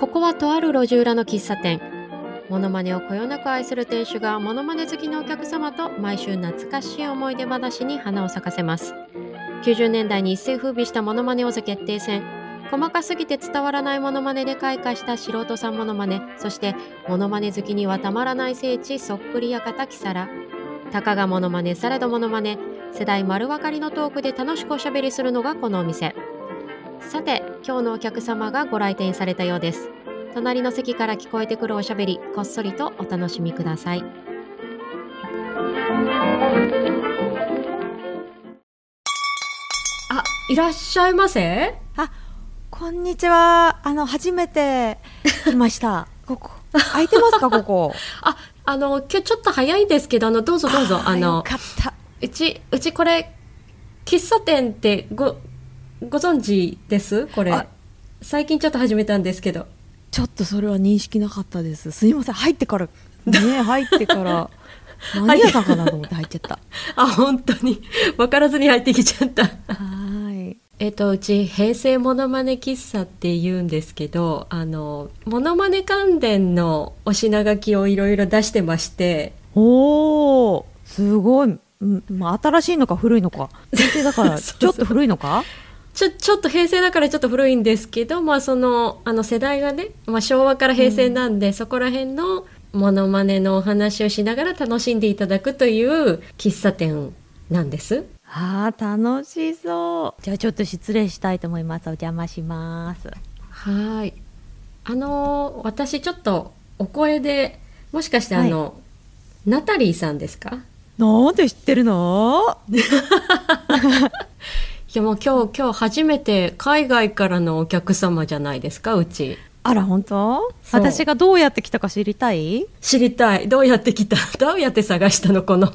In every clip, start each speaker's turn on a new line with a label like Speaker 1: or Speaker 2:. Speaker 1: ここはとある路地裏の喫茶店。モノマネをこよなく愛する店主がモノマネ好きのお客様と毎週懐かしい思い出話に花を咲かせます。90年代に一世風靡したモノマネ王座決定戦。細かすぎて伝わらないモノマネで開花した素人さんモノマネ、そしてモノマネ好きにはたまらない聖地そっくり館キサラ。たかがモノマネ、されどモノマネ、世代丸分かりのトークで楽しくおしゃべりするのがこのお店。さて、今日のお客様がご来店されたようです。隣の席から聞こえてくるおしゃべり、こっそりとお楽しみください。あ、いらっしゃいませ。
Speaker 2: こんにちは。あの、初めて来ま した。ここ。空いてますか、こ こ。
Speaker 1: あ、あの、今日ちょっと早いですけど、あの、どうぞどうぞ、あ
Speaker 2: ーよ
Speaker 1: の、
Speaker 2: かった。
Speaker 1: うち、うちこれ、喫茶店ってご、ご存知ですこれ
Speaker 2: あ。
Speaker 1: 最近ちょっと始めたんですけど。
Speaker 2: ちょっとそれは認識なかったです。すいません。入って から、ね、入ってから、何屋さんかなと思って入っちゃった。
Speaker 1: あ、本当に。 わからずに入ってきちゃった。
Speaker 2: はーい。
Speaker 1: えっと、うち、平成モノマネ喫茶って言うんですけど、あの、モノマネ関連のお品書きをいろいろ出してまして、
Speaker 2: おー、すごい。うんまあ、新しいのか古いのか。先生だか ら、
Speaker 1: そう
Speaker 2: ち
Speaker 1: そ
Speaker 2: ょ
Speaker 1: う
Speaker 2: っと古いのか
Speaker 1: ちょ、ちょっと平成だからちょっと古いんですけど、まあその、あの世代がね、まあ昭和から平成なんで、そこら辺のモノマネのお話をしながら楽しんでいただくという喫茶店なんです。
Speaker 2: あー、楽しそう。じゃあちょっと失礼したいと思います。お邪魔します。
Speaker 1: はい。あのー私ちょっとお声で、もしかしてあの、ナタリーさんですか
Speaker 2: なんで知ってるの
Speaker 1: いやもう今日、今日初めて海外からのお客様じゃないですか、うち。
Speaker 2: あら本当
Speaker 1: そう
Speaker 2: 私がどうやって来たか知りたい
Speaker 1: 知りたい。どうやって来た どうやって探したのこの、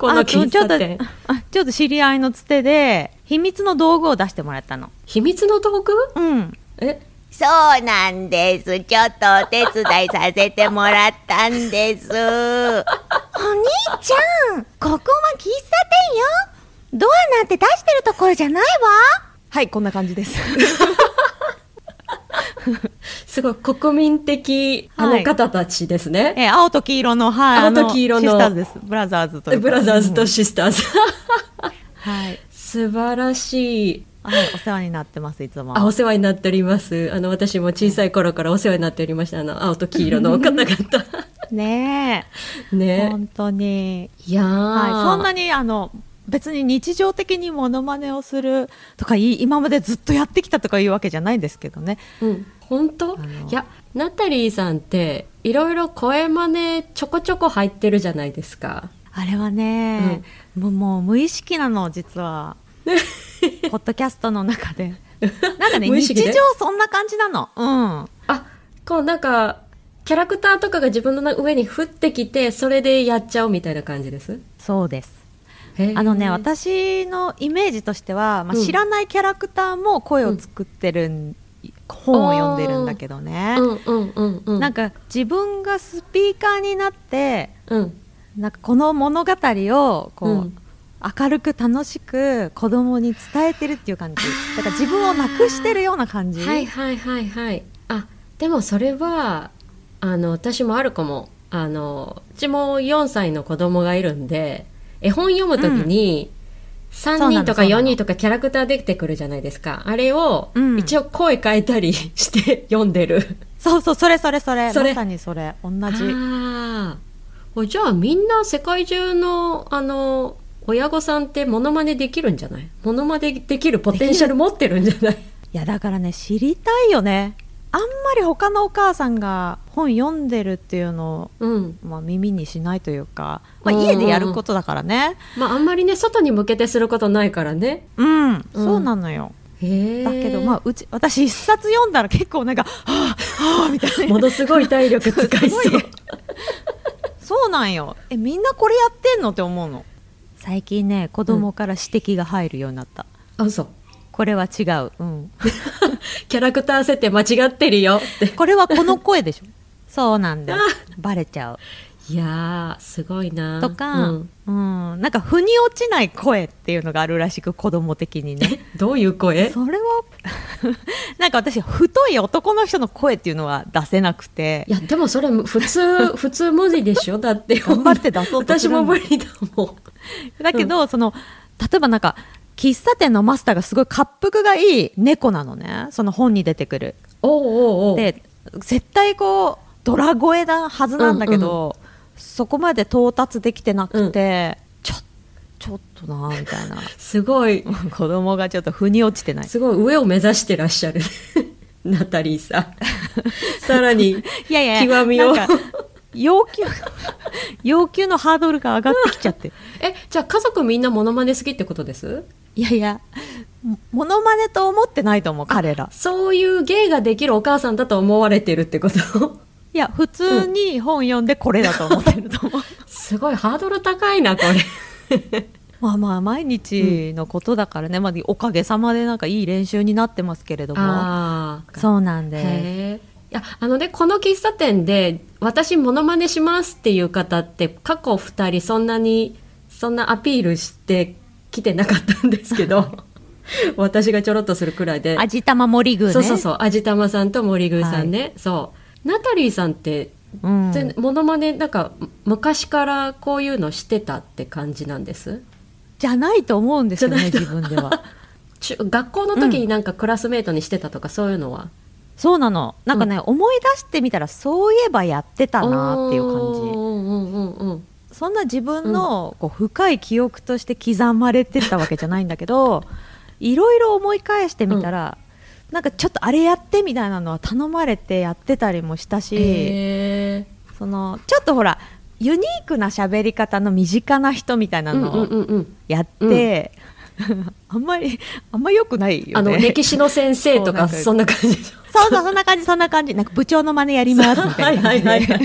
Speaker 1: この
Speaker 2: あちょ
Speaker 1: 喫
Speaker 2: ちょっ
Speaker 1: 茶
Speaker 2: と
Speaker 1: 店。
Speaker 2: あちょっと知り合いのつてで秘密の道具を出してもらったの
Speaker 1: 秘密の道具
Speaker 2: うん
Speaker 1: え
Speaker 3: そうなんです。ちょっとお手伝いさせてもらったん です。お兄ちゃん、ここは喫茶店よ。ドアなんて出してるところじゃないわ。
Speaker 2: はいこんな感じです
Speaker 1: すごい国民的あ
Speaker 2: は
Speaker 1: の
Speaker 2: い
Speaker 1: 方たちですね。
Speaker 2: え青と黄色のはい
Speaker 1: 青と
Speaker 2: あの
Speaker 1: 黄色の
Speaker 2: シスターズですブラザーズという
Speaker 1: ブラザーズ
Speaker 2: う
Speaker 1: と
Speaker 2: ん
Speaker 1: シスターズ。
Speaker 2: はい、
Speaker 1: 素晴らしい。
Speaker 2: はい、お世話になってますいつも
Speaker 1: あ、お世話になっております。あの、私も小さい頃からお世話になっておりました。あの、青と黄色の 方々。
Speaker 2: ねえ
Speaker 1: ね。
Speaker 2: 本当に
Speaker 1: いやー、
Speaker 2: はいそんなにあの別に日常的にモノマネをするとかい今までずっとやってきたとかいうわけじゃないんですけどね
Speaker 1: うん、本当
Speaker 2: あの
Speaker 1: いや、ナタリーさんって、いろいろ声真似ちょこちょこ入ってるじゃないですか。
Speaker 2: あれはね、もうもう無意識なの 実はポッドキャストの中でなんかね
Speaker 1: 無意識
Speaker 2: 日
Speaker 1: で
Speaker 2: 常そんな感じなのうん
Speaker 1: あ、こうなんか、キャラクターとかが自分の上に降ってきて、それでやっちゃおうみたいな感じです。
Speaker 2: そうです
Speaker 1: へー
Speaker 2: あのね私のイメージとしては、まあ、
Speaker 1: うん
Speaker 2: 知らないキャラクターも声を作ってる、本を読んでるんだけどね、
Speaker 1: うんうんうんうん。
Speaker 2: なんか自分がスピーカーになって
Speaker 1: うん。
Speaker 2: なんかこの物語をこう、
Speaker 1: うん
Speaker 2: 明るく楽しく子供に伝えてるっていう感じだから自分をなくしてるような感じ、
Speaker 1: はいはいはいはい。あ、でもそれは、あの、私もあるかも。あの、うちも4歳の子供がいるんで、絵本読むときに、3
Speaker 2: そうな
Speaker 1: 人
Speaker 2: の
Speaker 1: とか
Speaker 2: そうな
Speaker 1: 4
Speaker 2: の
Speaker 1: 人とかキャラクター出てくるじゃないですか。あれを
Speaker 2: うん、
Speaker 1: 一応声変えたりして 読んでる。
Speaker 2: そうそう、それそれそれ。
Speaker 1: それ
Speaker 2: まさにそれ。同
Speaker 1: あ
Speaker 2: じ。
Speaker 1: あーおじゃあみんな世界中の、あの、親御さんってモノマネできるんじゃないモノマネできるポテンシャル持ってるんじゃない
Speaker 2: いや、だからね、知りたいよね。あんまり他のお母さんが本読んでるっていうの
Speaker 1: うん。
Speaker 2: を、まあ、耳にしないというか、まあ、
Speaker 1: うんうん
Speaker 2: 家でやることだからね。
Speaker 1: まああんまりね、外に向けてすることないからね。
Speaker 2: うん、そうなのよ。
Speaker 1: へえ。
Speaker 2: だけど、まあ、うち、私一冊読んだら結構なんか、はぁ、はぁ、みた い
Speaker 1: も
Speaker 2: な。
Speaker 1: のすごい体力使いそ
Speaker 2: すご
Speaker 1: う
Speaker 2: い。そうなんよ。え、みんなこれやってんのって思うの。最近ね、子供から指摘が入るようになった。
Speaker 1: あ、嘘。
Speaker 2: これは違う。うん。
Speaker 1: キャラクター設定間違ってるよって。
Speaker 2: これはこの声でしょそうなんだよバレちゃう
Speaker 1: いやーすごいな
Speaker 2: とか、
Speaker 1: う
Speaker 2: うん
Speaker 1: ん
Speaker 2: なんか腑に落ちない声っていうのがあるらしく子供的に ね
Speaker 1: どういう声
Speaker 2: それは なんか私太い男の人の声っていうのは出せなくて
Speaker 1: いやでもそれ普 通普通無理でしょだって
Speaker 2: 頑張って出そうとす
Speaker 1: 私
Speaker 2: る
Speaker 1: も
Speaker 2: んだ
Speaker 1: 無理だもん
Speaker 2: だけど、その例えばなんか喫茶店のマスターがすごい滑腹がいい猫なのねその本に出てくる
Speaker 1: おうおうおう
Speaker 2: で絶対こうドラ声なはずなんだけど、そこまで到達できてなくて、ちょちょっとなみたいな
Speaker 1: すごい
Speaker 2: 子供がちょっと腑に落ちてない
Speaker 1: すごい上を目指してらっしゃる ナタリーさ んさらに
Speaker 2: いやいや
Speaker 1: 極みを
Speaker 2: なんか要求要求のハードルが上がってきちゃって
Speaker 1: えじゃあ家族みんなモノマネ好きってことです
Speaker 2: いやいやもモノマネと思ってないと思う彼ら
Speaker 1: そういう芸ができるお母さんだと思われてるってこと
Speaker 2: いや普通に本読んでこれだと思ってると 思う
Speaker 1: すごいハードル高いなこれ
Speaker 2: まあまあ毎日のことだからね、まあ、おかげさまでなんかいい練習になってますけれども
Speaker 1: ああ
Speaker 2: そうなんで
Speaker 1: へ
Speaker 2: す
Speaker 1: えいやあのねこの喫茶店で私モノマネしますっていう方って過去2人そんなにそんなアピールしてきてなかったんですけ ど私がちょろっとするくらいで
Speaker 2: 味玉森具ね
Speaker 1: そうそうそう味玉さんと森宮さんね、そうナタリーさんって
Speaker 2: う、ん、
Speaker 1: 全モノマネなんか昔からこういうのしてたって感じなんです
Speaker 2: じゃないと思うんですよね
Speaker 1: じゃ
Speaker 2: 自分では
Speaker 1: 中学校の時になんかクラスメートにしてたとかそういうのは、
Speaker 2: そうなのなんかね、思い出してみたらそういえばやってたなっていう感
Speaker 1: うんうんうんうん
Speaker 2: じそんな自分のこう深い記憶として刻まれてたわけじゃないんだけどいろいろ思い返してみたら、なんかちょっとあれやってみたいなのは頼まれてやってたりもしたし、
Speaker 1: へえ
Speaker 2: そのちょっとほらユニークな喋り方の身近な人みたいな
Speaker 1: うん
Speaker 2: の
Speaker 1: うん
Speaker 2: を
Speaker 1: うんうん
Speaker 2: やって、あんまりあんま良くないよね
Speaker 1: あの歴史の先生とか
Speaker 2: そ
Speaker 1: そんな感じでしょ
Speaker 2: そうそう、そんな感じ、そんな感じ。なんか部長の真似やりますみたいな感じで。
Speaker 1: はいはいはいは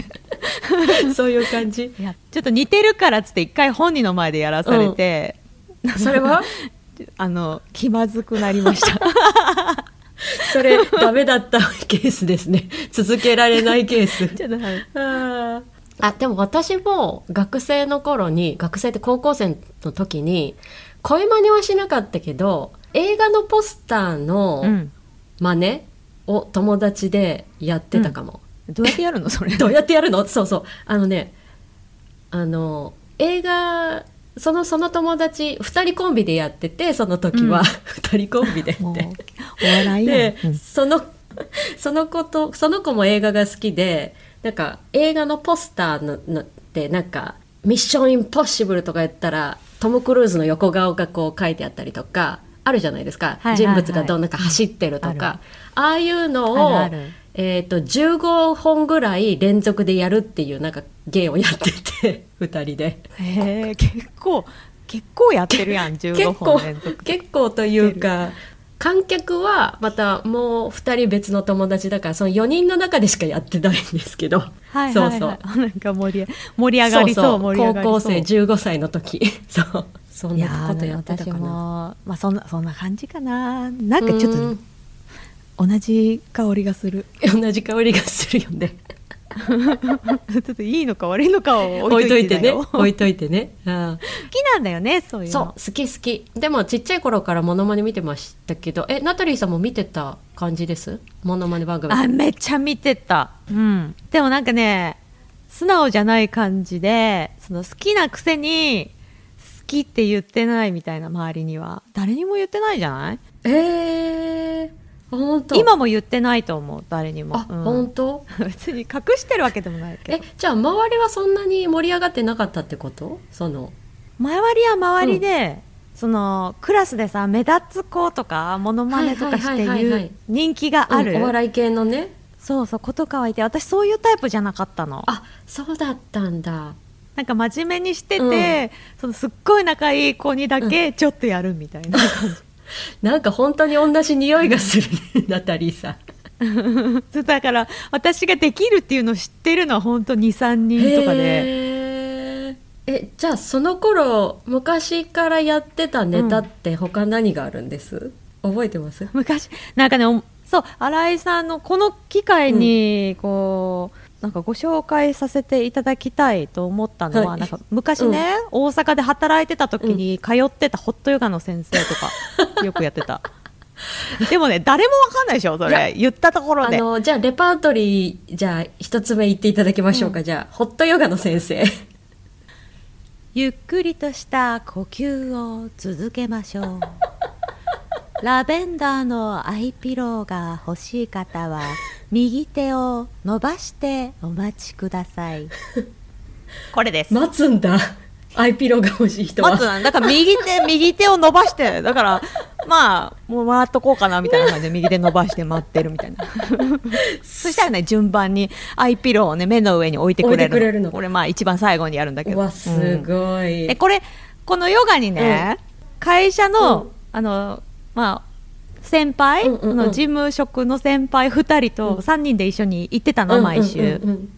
Speaker 1: いそういう感じ
Speaker 2: いやちょっと似てるからっつって一回本人の前でやらされて、
Speaker 1: それは
Speaker 2: あの気まずくなりました
Speaker 1: それダメだったケースですね続けられないケー ス
Speaker 2: ちょっとはい
Speaker 1: あでも私も学生の頃に学生って高校生の時に声真似はしなかったけど映画のポスター
Speaker 2: う
Speaker 1: の
Speaker 2: ん、
Speaker 1: 真似を友達でやってたかも、
Speaker 2: どうやってやるのそれ
Speaker 1: どうやってやるのそうそうあのねあの映画そのその友達2人コンビでやっててその時は、
Speaker 2: うん
Speaker 1: 2人コンビでや
Speaker 2: も
Speaker 1: っ
Speaker 2: う
Speaker 1: て
Speaker 2: お笑いやん
Speaker 1: で、
Speaker 2: うん
Speaker 1: その その子とその子も映画が好きでなんか映画のポスターののってなんか「ミッションインポッシブル」とかやったらトム・クルーズの横顔がこう書いてあったりとかあるじゃないですか、
Speaker 2: はいはいはい
Speaker 1: 人物がどんなんか走ってると
Speaker 2: あ
Speaker 1: かああいうのを
Speaker 2: あるある
Speaker 1: えー、と15本ぐらい連続でやるっていうなんか芸をやって て2人で
Speaker 2: へえ結構結構やってるやん15
Speaker 1: 結構
Speaker 2: 本連続
Speaker 1: 結構というか観客はまたもう2人別の友達だからその4人の中でしかやってないんですけど、
Speaker 2: はいはい、はい、
Speaker 1: そうそう
Speaker 2: なんか盛り盛り上がりそう盛り上がりそ
Speaker 1: 高
Speaker 2: う
Speaker 1: 校生15歳の時 そうそん
Speaker 2: いや
Speaker 1: なことやってたか
Speaker 2: 私も
Speaker 1: な
Speaker 2: まあそんなそんな感じかななんかちょっ
Speaker 1: う
Speaker 2: と
Speaker 1: ん
Speaker 2: 同じ香りが する
Speaker 1: 同じ香りがするよね
Speaker 2: ちょっといいのか悪いのかを
Speaker 1: 置
Speaker 2: 置
Speaker 1: い
Speaker 2: い
Speaker 1: と
Speaker 2: と
Speaker 1: い
Speaker 2: い
Speaker 1: て
Speaker 2: て
Speaker 1: ね
Speaker 2: だよ
Speaker 1: 置いと いてねああ
Speaker 2: 好きなんだよねそういう
Speaker 1: そう
Speaker 2: の
Speaker 1: 好き好きでもちっちゃい頃からモノマネ見てましたけどえナタリーさんも見てた感じですモノマネ番組
Speaker 2: あめっちゃ見てた、うん、でもなんかね素直じゃない感じでその好きなくせに好きって言ってないみたいな周りには誰にも言ってないじゃない
Speaker 1: えー、あ本当
Speaker 2: 今も言ってないと思う誰にも
Speaker 1: あ、
Speaker 2: うん
Speaker 1: 本当
Speaker 2: 別に隠してるわけでもないけど
Speaker 1: えじゃあ周りはそんなに盛り上がってなかったってことその
Speaker 2: 周りは周りで、そのクラスでさ目立つ子とかモノマネとかして
Speaker 1: はいはいはいはい
Speaker 2: い
Speaker 1: はいう
Speaker 2: 人気がある、
Speaker 1: うんお笑い系のね
Speaker 2: そうそう子とかはいて私そういうタイプじゃなかったの
Speaker 1: あそうだったんだ
Speaker 2: なんか真面目にしてて、そのすっごい仲いい子にだけちょっとやるみたいな 感じ、
Speaker 1: なんか本当に同じ匂いがするねナタリーさん
Speaker 2: そうだから私ができるっていうのを知ってるのは本当23人とかで
Speaker 1: へーえじゃあその頃昔からやってたネタって他何があるんです、覚えてます
Speaker 2: 昔なんかねおそう新井さんのこの機会にこう、なんかご紹介させていただきたいと思ったのは、
Speaker 1: はい
Speaker 2: なんか昔ね、大阪で働いてた時に通ってたホットヨガの先生とかよくやっ てたでもね誰もわかんないでしょそ
Speaker 1: いや
Speaker 2: れ言ったところ
Speaker 1: あ
Speaker 2: で
Speaker 1: の、じゃあ、レパートリー、じゃあ、一つ目言っていただきましょうか。じゃあ、ホットヨガの先生。
Speaker 2: ゆっくりとした呼吸を続けましょう ラベンダーのアイピローが欲しい方は右手を伸ばしてお待ちくだ さいこれです
Speaker 1: 待つんだ。アイピローが欲しい人は。
Speaker 2: 待つなだから右手右手を伸ばしてだからまあもうもらっとこうかなみたいな感じで右手伸ばして待ってるみたい なそしたらね順番にアイピローをね目の上に置いてくれる
Speaker 1: 置いてくれるの
Speaker 2: これまあ一番最後にやるんだけ
Speaker 1: う
Speaker 2: ど
Speaker 1: わ、すごい。
Speaker 2: でこれこのヨガにね、会社の、
Speaker 1: うん
Speaker 2: あのまあ先輩、
Speaker 1: うんうんうん
Speaker 2: あの事務職の先輩2人
Speaker 1: うん
Speaker 2: と3人で一緒に行ってたの、毎週、
Speaker 1: うんうんうんうん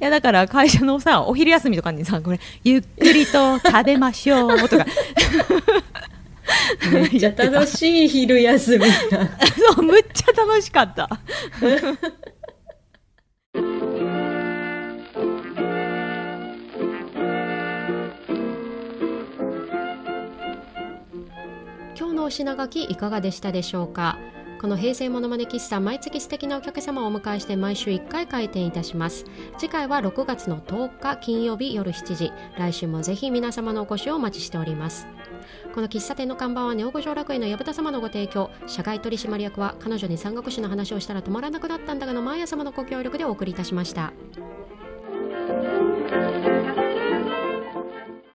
Speaker 2: いやだから会社のさお昼休みとかにさこれゆっくりと食べましょう とか
Speaker 1: めっちゃ楽しい昼休みだ。
Speaker 2: そうむっちゃ楽しかった
Speaker 1: 今日のお品書きいかがでしたでしょうかこの平成ものまね喫茶毎月素敵なお客様をお迎えして毎週1回開店いたします次回は6月の10日金曜日夜7時来週もぜひ皆様のお越しをお待ちしておりますこの喫茶店の看板はネオ五条楽園の薮田様のご提供社外取締役は彼女に山岳史の話をしたら止まらなくなったんだがの毎朝様のご協力でお送りいたしました